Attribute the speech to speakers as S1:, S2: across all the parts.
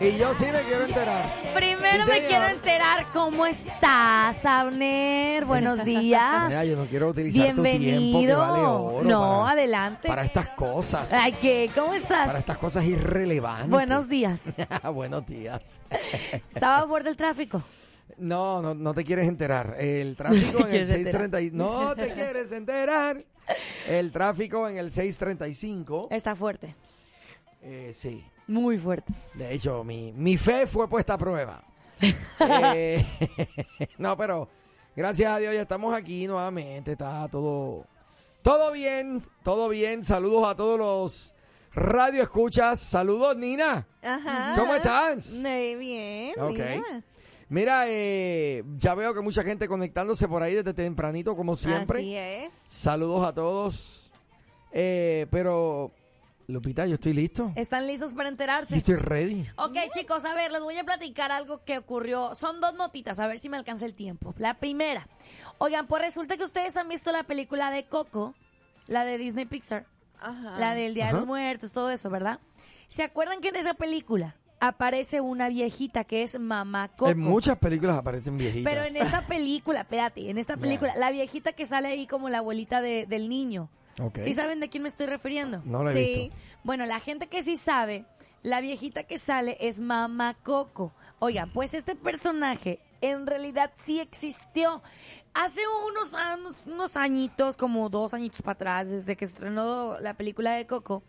S1: Y yo sí me quiero enterar.
S2: Primero
S1: Sí,
S2: me
S1: señor.
S2: quiero enterar cómo estás, Abner. Buenos
S1: Mira,
S2: días.
S1: yo no quiero utilizar tu tiempo que
S2: Bienvenido.
S1: vale oro
S2: no,
S1: para,
S2: adelante.
S1: para estas cosas.
S2: Ay, ¿qué? ¿Cómo
S1: Para
S2: estás?
S1: estas cosas irrelevantes.
S2: Buenos días.
S1: Buenos días.
S2: Estaba fuerte el tráfico.
S1: No, no, no te quieres enterar. El tráfico
S2: No
S1: en
S2: te
S1: el
S2: quieres enterar.
S1: 635. No te quieres enterar. El tráfico en el 635.
S2: Está fuerte.
S1: Eh, sí.
S2: Muy fuerte.
S1: De hecho, mi, mi fe fue puesta a prueba. Eh, no, pero gracias a Dios ya estamos aquí nuevamente. Está todo, todo bien, todo bien. Saludos a todos los radioescuchas. Saludos, Nina.
S3: Ajá.
S1: ¿Cómo estás?
S3: Muy bien.
S1: Ok.
S3: mira.
S1: Mira, eh, ya veo que mucha gente conectándose por ahí desde tempranito, como siempre.
S3: Así es.
S1: Saludos a todos. Eh, pero, Lupita, yo estoy listo.
S2: ¿Están listos para
S1: Yo
S2: enterarse?
S1: estoy ready.
S2: Ok, chicos, a ver, les voy a platicar algo que ocurrió. Son dos notitas, a ver si me alcanza el tiempo. La primera. Oigan, pues resulta que ustedes han visto la película de Coco, la de Disney Pixar.
S3: Ajá.
S2: La del Día de
S1: Ajá.
S2: los Muertos, todo eso, ¿verdad? ¿Se acuerdan que en esa película aparece una viejita que es Mamá Coco?
S1: En muchas películas aparecen viejitas.
S2: Pero en esta película, espérate, en esta
S1: Ya.
S2: película, la viejita que sale ahí como la abuelita de- del niño.
S1: Ok.
S2: ¿Sí saben de quién me estoy refiriendo?
S1: No lo he
S3: Sí.
S1: visto.
S2: Bueno, la gente que sí sabe, la viejita que sale es Mamá Coco. Oigan, pues este personaje en realidad sí existió. Hace unos, años- unos añitos, como dos añitos para atrás, desde que se estrenó la película de Coco,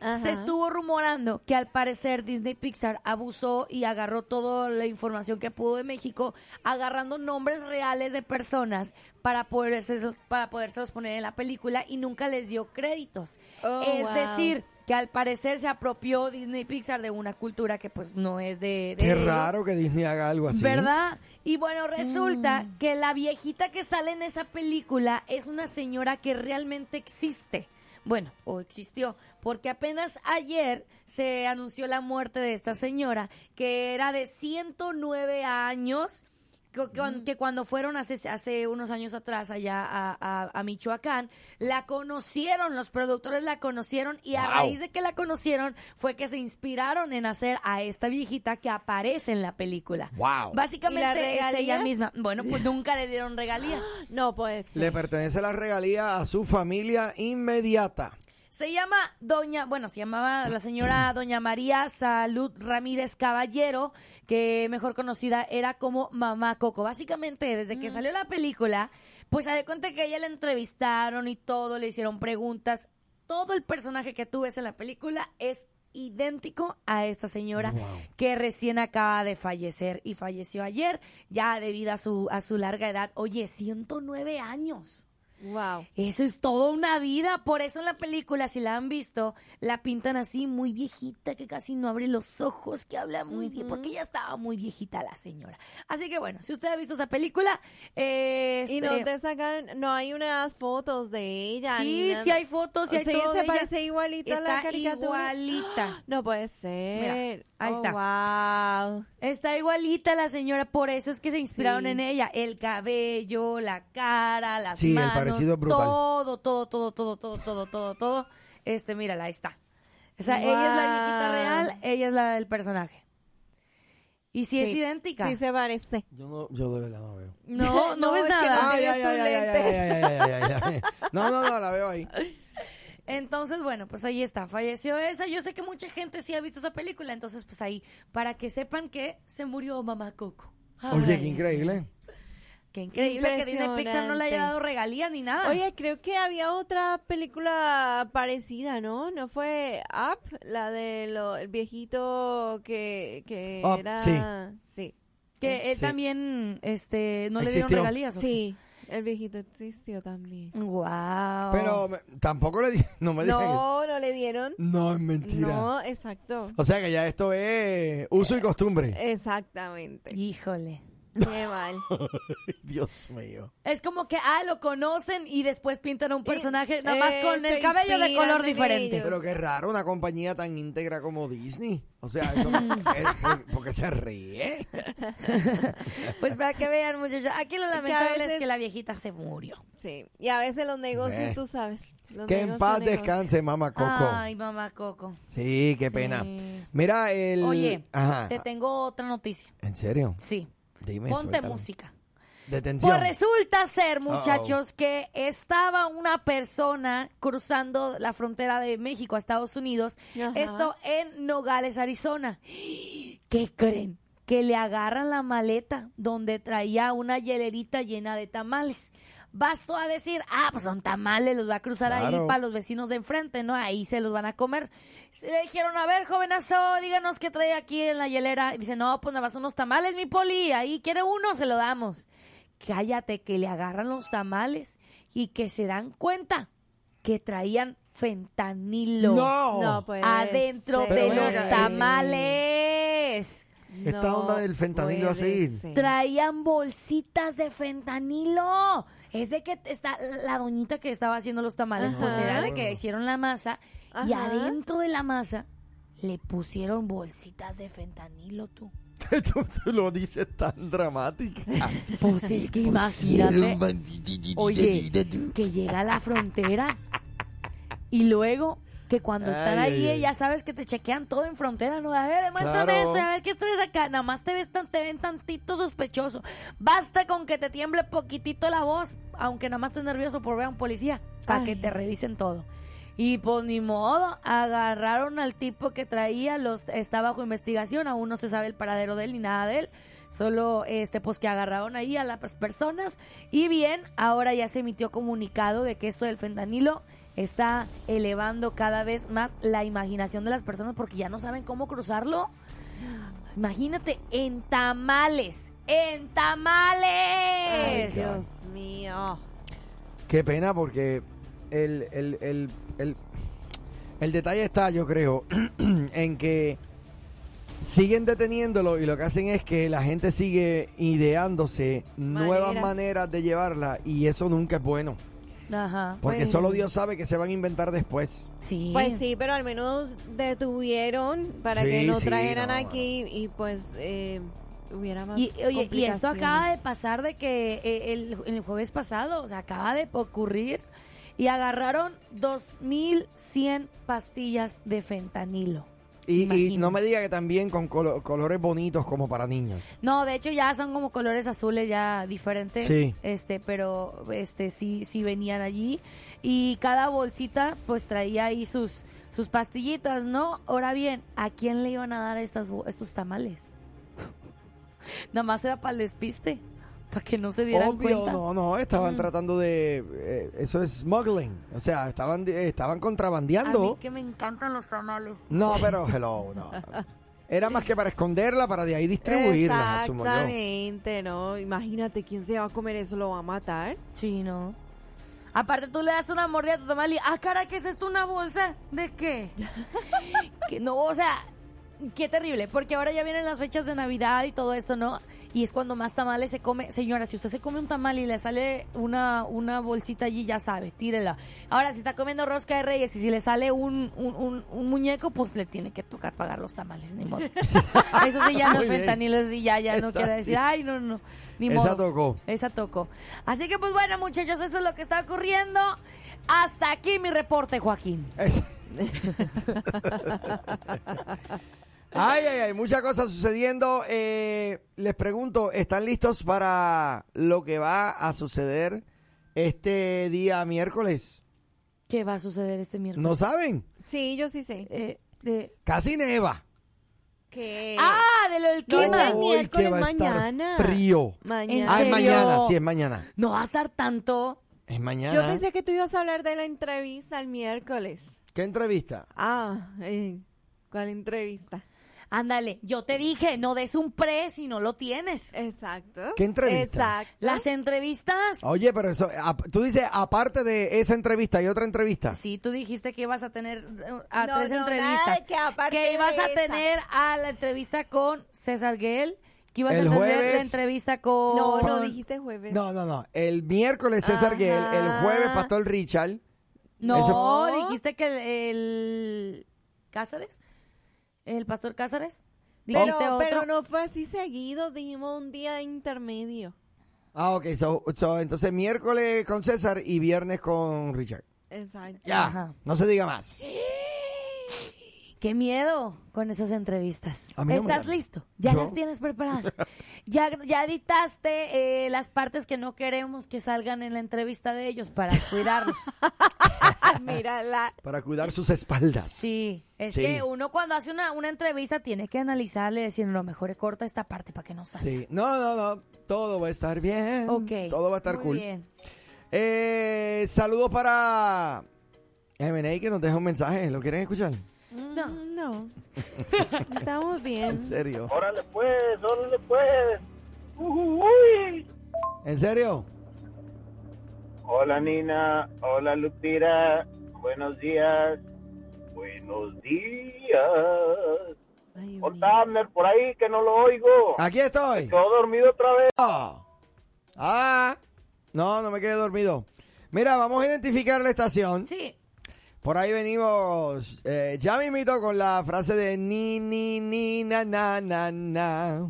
S3: Ajá.
S2: se estuvo rumorando que al parecer Disney Pixar abusó y agarró toda la información que pudo de México, agarrando nombres reales de personas para poderse para podérselos poner en la película y nunca les dio créditos.
S3: Oh,
S2: es
S3: wow.
S2: decir, que al parecer se apropió Disney Pixar de una cultura que pues no es de... de
S1: Qué
S2: ellos,
S1: raro que Disney haga algo así.
S2: ¿Verdad? Y bueno, resulta
S1: Mm.
S2: que la viejita que sale en esa película es una señora que realmente existe. Bueno, o existió, porque apenas ayer se anunció la muerte de esta señora, que era de 109 años, que, que-
S1: Mm.
S2: que cuando fueron hace, hace unos años atrás allá a, a- a Michoacán, la conocieron, los productores la conocieron y a
S1: Wow.
S2: raíz de que la conocieron fue que se inspiraron en hacer a esta viejita que aparece en la película.
S1: Wow.
S3: ¿Y la
S2: Básicamente es
S3: regalía?
S2: ella misma. Bueno, pues nunca le dieron regalías.
S3: No, pues.
S1: Le pertenece la regalía a su familia inmediata.
S2: Se llama Doña, bueno, se llamaba la señora Doña María Salud Ramírez Caballero, que mejor conocida era como Mamá Coco. Básicamente, desde
S3: Mm.
S2: que salió la película, pues se da cuenta que a ella la entrevistaron y todo, le hicieron preguntas. Todo el personaje que tú ves en la película es idéntico a esta señora
S1: Wow.
S2: que recién acaba de fallecer y falleció ayer, ya debido a su, a su larga edad. Oye, 109 años.
S3: Wow.
S2: Eso es toda una vida. Por eso en la película, si la han visto, la pintan así, muy viejita, que casi no abre los ojos, que habla muy bien, porque ya estaba muy viejita la señora. Así que bueno, si usted ha visto esa película, eh,
S3: Y no
S2: este,
S3: te sacan, no hay unas fotos de ella. ni
S2: sí,
S3: nada.
S2: sí hay fotos, sí hay
S3: Sí,
S2: todo
S3: se
S2: de ella.
S3: parece igualita a la
S2: Está
S3: caricatura.
S2: igualita.
S3: No puede ser.
S2: Mira, ahí
S3: Oh,
S2: está.
S3: Wow.
S2: Está igualita la señora, por eso es que se inspiraron
S3: Sí.
S2: en ella. El cabello, la cara, las
S1: Sí, el
S2: manos.
S1: parecido es brutal.
S2: Todo, todo, todo, todo, todo, todo, todo, todo. Este, mírala, ahí está. O sea, ella es la viejita
S3: Guau.
S2: real, ella es la del personaje. Y si es
S3: Sí,
S2: idéntica.
S3: Sí se parece.
S1: Yo, no, yo de verdad no veo.
S2: No, no,
S3: No,
S2: ves
S3: es que
S2: nada.
S3: no. tienes tus lentes.
S1: No, no, no, la veo ahí.
S2: Entonces, bueno, pues ahí está. Falleció esa. Yo sé que mucha gente sí ha visto esa película. Entonces, pues ahí, para que sepan que se murió mamá Coco.
S1: Oye,
S2: Ay,
S1: qué increíble.
S2: Qué increíble que Disney Pixar no le haya
S3: Impresionante.
S2: dado regalías ni nada.
S3: Oye, creo que había otra película parecida, ¿no? ¿No fue Up? La del viejito que, que
S1: Up,
S3: era...
S1: sí.
S3: Sí.
S2: Que él
S1: Sí.
S2: también, este, no le
S1: Existió.
S2: dieron regalías.
S3: Sí, el viejito existió también.
S2: Wow.
S1: Pero me- tampoco le di, no me dijeron.
S3: No, no le dieron.
S1: No, es mentira.
S3: No, exacto.
S1: O sea que ya esto es
S2: Eh,
S1: uso y costumbre.
S3: Exactamente.
S2: Híjole.
S3: Qué mal.
S1: Dios mío.
S2: Es como que, ah, lo conocen y después pintan a un personaje
S3: Y-
S2: nada más
S3: eh,
S2: con el
S3: se
S2: cabello de
S3: inspiran
S2: color
S3: en
S2: diferente.
S3: ellos.
S1: Pero qué raro una compañía tan íntegra como Disney. O sea, eso, es por- porque se ríe.
S2: Pues para que vean, muchachos. Aquí lo lamentable es
S3: veces-
S2: que la viejita se murió.
S3: Sí. Y a veces los negocios,
S1: Ve.
S3: tú sabes. Los
S1: Que en
S3: negros
S1: paz
S3: son negros.
S1: descanse, mamá Coco.
S2: Ay, mamá Coco.
S1: Sí, qué pena.
S2: Sí.
S1: Mira, el.
S2: Oye,
S1: Ajá.
S2: te tengo otra noticia.
S1: ¿En serio?
S2: Sí.
S1: Dime.
S2: Ponte
S1: suéltala.
S2: música.
S1: Detención.
S2: Pues resulta ser, muchachos, que estaba una persona cruzando la frontera de México a Estados Unidos.
S3: Ajá.
S2: Esto en Nogales, Arizona. ¿Qué creen? Que le agarran la maleta donde traía una hielerita llena de tamales. Bastó a decir, ah, pues son tamales, los va a cruzar
S1: Claro.
S2: ahí para los vecinos de enfrente, ¿no? Ahí se los van a comer. Se le dijeron, a ver, jovenazo, díganos qué trae aquí en la hielera. Y dice, no, pues nada más unos tamales, mi poli, ahí quiere uno, se lo damos. Cállate, que le agarran los tamales y que se dan cuenta que traían fentanilo
S1: No.
S3: No, pues.
S2: adentro
S1: Pero
S2: de
S1: ven
S2: los
S1: acá, eh.
S2: tamales.
S3: eh.
S1: Esta onda del fentanilo
S3: puede
S1: así.
S3: ser.
S2: Traían bolsitas de fentanilo. Es de que está la doñita que estaba haciendo los tamales, pues
S3: Ajá.
S2: era de que hicieron la masa y
S3: Ajá.
S2: adentro de la masa le pusieron bolsitas de fentanilo tú.
S1: tú, tú lo dices tan dramática.
S2: Pues es que imagínate. Oye, que llega a la frontera y luego que cuando están
S1: Ay,
S2: ahí,
S1: ay, ay.
S2: ya sabes que te chequean todo en frontera, ¿no? A ver, muéstrame
S1: Claro.
S2: esto, a ver qué traes acá. Nada más te, ves tan, te ven tantito sospechoso. Basta con que te tiemble poquitito la voz, aunque nada más estés nervioso por ver a un policía, para
S3: Ay.
S2: que te revisen todo. Y pues ni modo, agarraron al tipo que traía, los está bajo investigación, aún no se sabe el paradero de él ni nada de él. Solo este pues que agarraron ahí a las personas y bien, ahora ya se emitió comunicado de que esto del fentanilo está elevando cada vez más la imaginación de las personas porque ya no saben cómo cruzarlo. Imagínate en tamales, en
S3: Ay,
S2: tamales.
S3: Dios mío.
S1: Qué pena porque el, el, el, el, el detalle está, yo creo, en que siguen deteniéndolo y lo que hacen es que la gente sigue ideándose nuevas
S3: Maneras.
S1: maneras de llevarla y eso nunca es bueno.
S2: Ajá.
S1: Porque
S3: Pues-
S1: solo Dios sabe que se van a inventar después.
S2: Sí.
S3: Pues sí, pero al menos detuvieron para que
S1: Sí,
S3: no
S1: sí,
S3: trajeran
S1: no,
S3: aquí y pues eh, hubiera más.
S2: Y, oye, y esto acaba de
S3: complicaciones.
S2: pasar de que eh, el, el jueves pasado, o sea, acaba de ocurrir y agarraron 2.100 pastillas de fentanilo.
S1: Y, y
S2: Imagínate.
S1: no me diga que también con colo- colores bonitos como para niños.
S2: No, de hecho ya son como colores azules ya diferentes.
S1: Sí.
S2: Este, pero este sí sí venían allí y cada bolsita pues traía ahí sus sus pastillitas, ¿no? Ahora bien, ¿a quién le iban a dar estas bo- estos tamales? Nada más era para el despiste, para que no se dieran
S1: Obvio,
S2: cuenta. Mm.
S1: no, no, estaban tratando de... eh, eso es smuggling. O sea, estaban, eh, estaban contrabandeando.
S2: A mí que me encantan los tamales.
S1: No, pero hello, no. Era más que para esconderla, para de ahí distribuirla, asumo yo.
S3: Exactamente, ¿no? Imagínate quién se va a comer eso, lo va a matar.
S2: Sí, no. Aparte tú le das una mordida a tu tamal y, ah, cara, ¿qué es esto? ¿Una bolsa? ¿De qué? que no, o sea, qué terrible, porque ahora ya vienen las fechas de Navidad y todo eso, ¿no? Y es cuando más tamales se come. Señora, si usted se come un tamal y le sale una, una bolsita allí, ya sabe, tírela. Ahora, si está comiendo rosca de reyes y si le sale un, un, un- un muñeco, pues le tiene que tocar pagar los tamales, ni modo. Eso sí ya no
S1: Muy
S2: es
S1: bien.
S2: fentanilo, eso sí ya, ya no
S1: Esa
S2: queda decir,
S1: sí.
S2: ay, no, no, ni modo.
S1: Esa tocó.
S2: Esa tocó. Así que pues bueno, muchachos, eso es lo que está ocurriendo. Hasta aquí mi reporte, Joaquín.
S1: Es- ay, ay, ay, muchas cosas sucediendo. Eh, les pregunto, ¿están listos para lo que va a suceder este día miércoles?
S2: ¿Qué va a suceder este miércoles?
S1: ¿No saben?
S3: Sí, yo sí sé.
S2: Eh, de-
S1: Casi neva.
S3: Que
S2: Ah, de lo del
S3: No,
S2: clima.
S3: es el
S1: Uy,
S3: miércoles
S1: que va a estar
S3: mañana.
S1: Frío.
S2: ¿En
S1: Ah, es
S2: serio?
S1: mañana, sí, es mañana.
S2: No va a estar tanto.
S1: Es mañana.
S3: Yo pensé que tú ibas a hablar de la entrevista el miércoles.
S1: ¿Qué entrevista?
S3: Ah, eh, ¿cuál entrevista?
S2: Ándale, yo te dije, no des un pre si no lo tienes.
S3: Exacto.
S1: ¿Qué entrevista?
S3: Exacto.
S2: Las entrevistas.
S1: Oye, pero eso, ap- tú dices, aparte de esa entrevista, ¿hay otra entrevista?
S2: Sí, tú dijiste que ibas a tener eh, a
S3: No,
S2: tres
S3: no,
S2: entrevistas.
S3: nada de que aparte de
S2: ibas a
S3: esa.
S2: tener a la entrevista con César Guel, que ibas
S1: El
S2: a tener la
S1: jueves.
S2: entrevista con
S3: No, no dijiste jueves.
S1: No, no, no. El miércoles César
S3: Ajá.
S1: Guel, el jueves Pastor Richard.
S2: No,
S1: Eso-
S2: dijiste que el, el Cázares, el pastor Cázares, dijiste
S3: pero,
S2: otro.
S3: pero no fue así seguido, dijimos un día intermedio.
S1: Ah, ok. So, so, entonces miércoles con César y viernes con Richard.
S3: Exacto.
S1: Ya,
S2: Ajá.
S1: no se diga más.
S2: Qué miedo con esas entrevistas.
S1: A mí no me
S2: ¿Estás
S1: dan.
S2: listo? Ya
S1: ¿Yo?
S2: las tienes preparadas. ya, ya editaste eh, las partes que no queremos que salgan en la entrevista de ellos para cuidarlos.
S3: Mira la...
S1: Para cuidar sus espaldas.
S2: Sí, es
S1: Sí.
S2: que uno cuando hace una, una entrevista tiene que analizarle, decir, no, mejor corta esta parte para que no salga.
S1: Sí. No, no, no. Todo va a estar bien.
S2: Ok.
S1: Todo va a estar
S2: Muy
S1: cool.
S2: bien.
S1: Eh, saludos para MNA que nos deja un mensaje. ¿Lo quieren escuchar?
S2: Em.
S3: No. No. Estamos bien.
S1: En serio.
S4: Órale pues, órale pues. Ujú, uy.
S1: ¿En serio?
S4: Hola Nina, hola Lupira, buenos días. Buenos días.
S3: Ay, Dios mío.
S4: Otávner, por ahí que no lo oigo.
S1: Aquí estoy.
S4: Quedó dormido otra vez.
S1: Ah. Ah. No, no me quedé dormido. Mira, vamos a identificar la estación.
S2: Sí.
S1: Por ahí venimos eh, ya mismito con la frase de ni, ni, ni, na, na, na, na.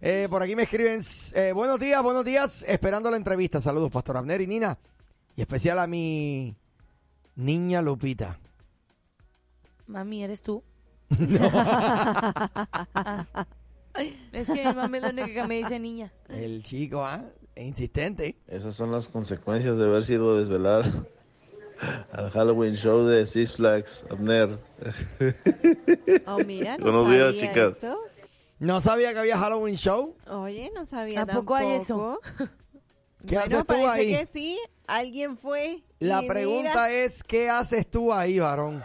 S1: Eh, por aquí me escriben, eh, buenos días, buenos días, esperando la entrevista. Saludos, Pastor Abner y Nina. Y especial a mi niña Lupita.
S2: Mami, ¿eres tú? Ah. Es que mi mamá es la única que me dice niña.
S1: El chico, ¿ah? Es Insistente.
S5: Esas son las consecuencias de haber sido a desvelar al Halloween show de Six Flags, Abner.
S3: Oh, mira, no
S5: Buenos
S3: sabía
S5: días, chicas.
S3: eso.
S1: No sabía que había Halloween show.
S3: Oye, no sabía
S2: ¿A poco
S3: tampoco.
S2: hay eso?
S1: ¿Qué
S3: Bueno,
S1: haces tú
S3: parece
S1: ahí?
S3: que sí. Alguien fue.
S1: La
S3: y
S1: pregunta es, ¿qué haces tú ahí, varón?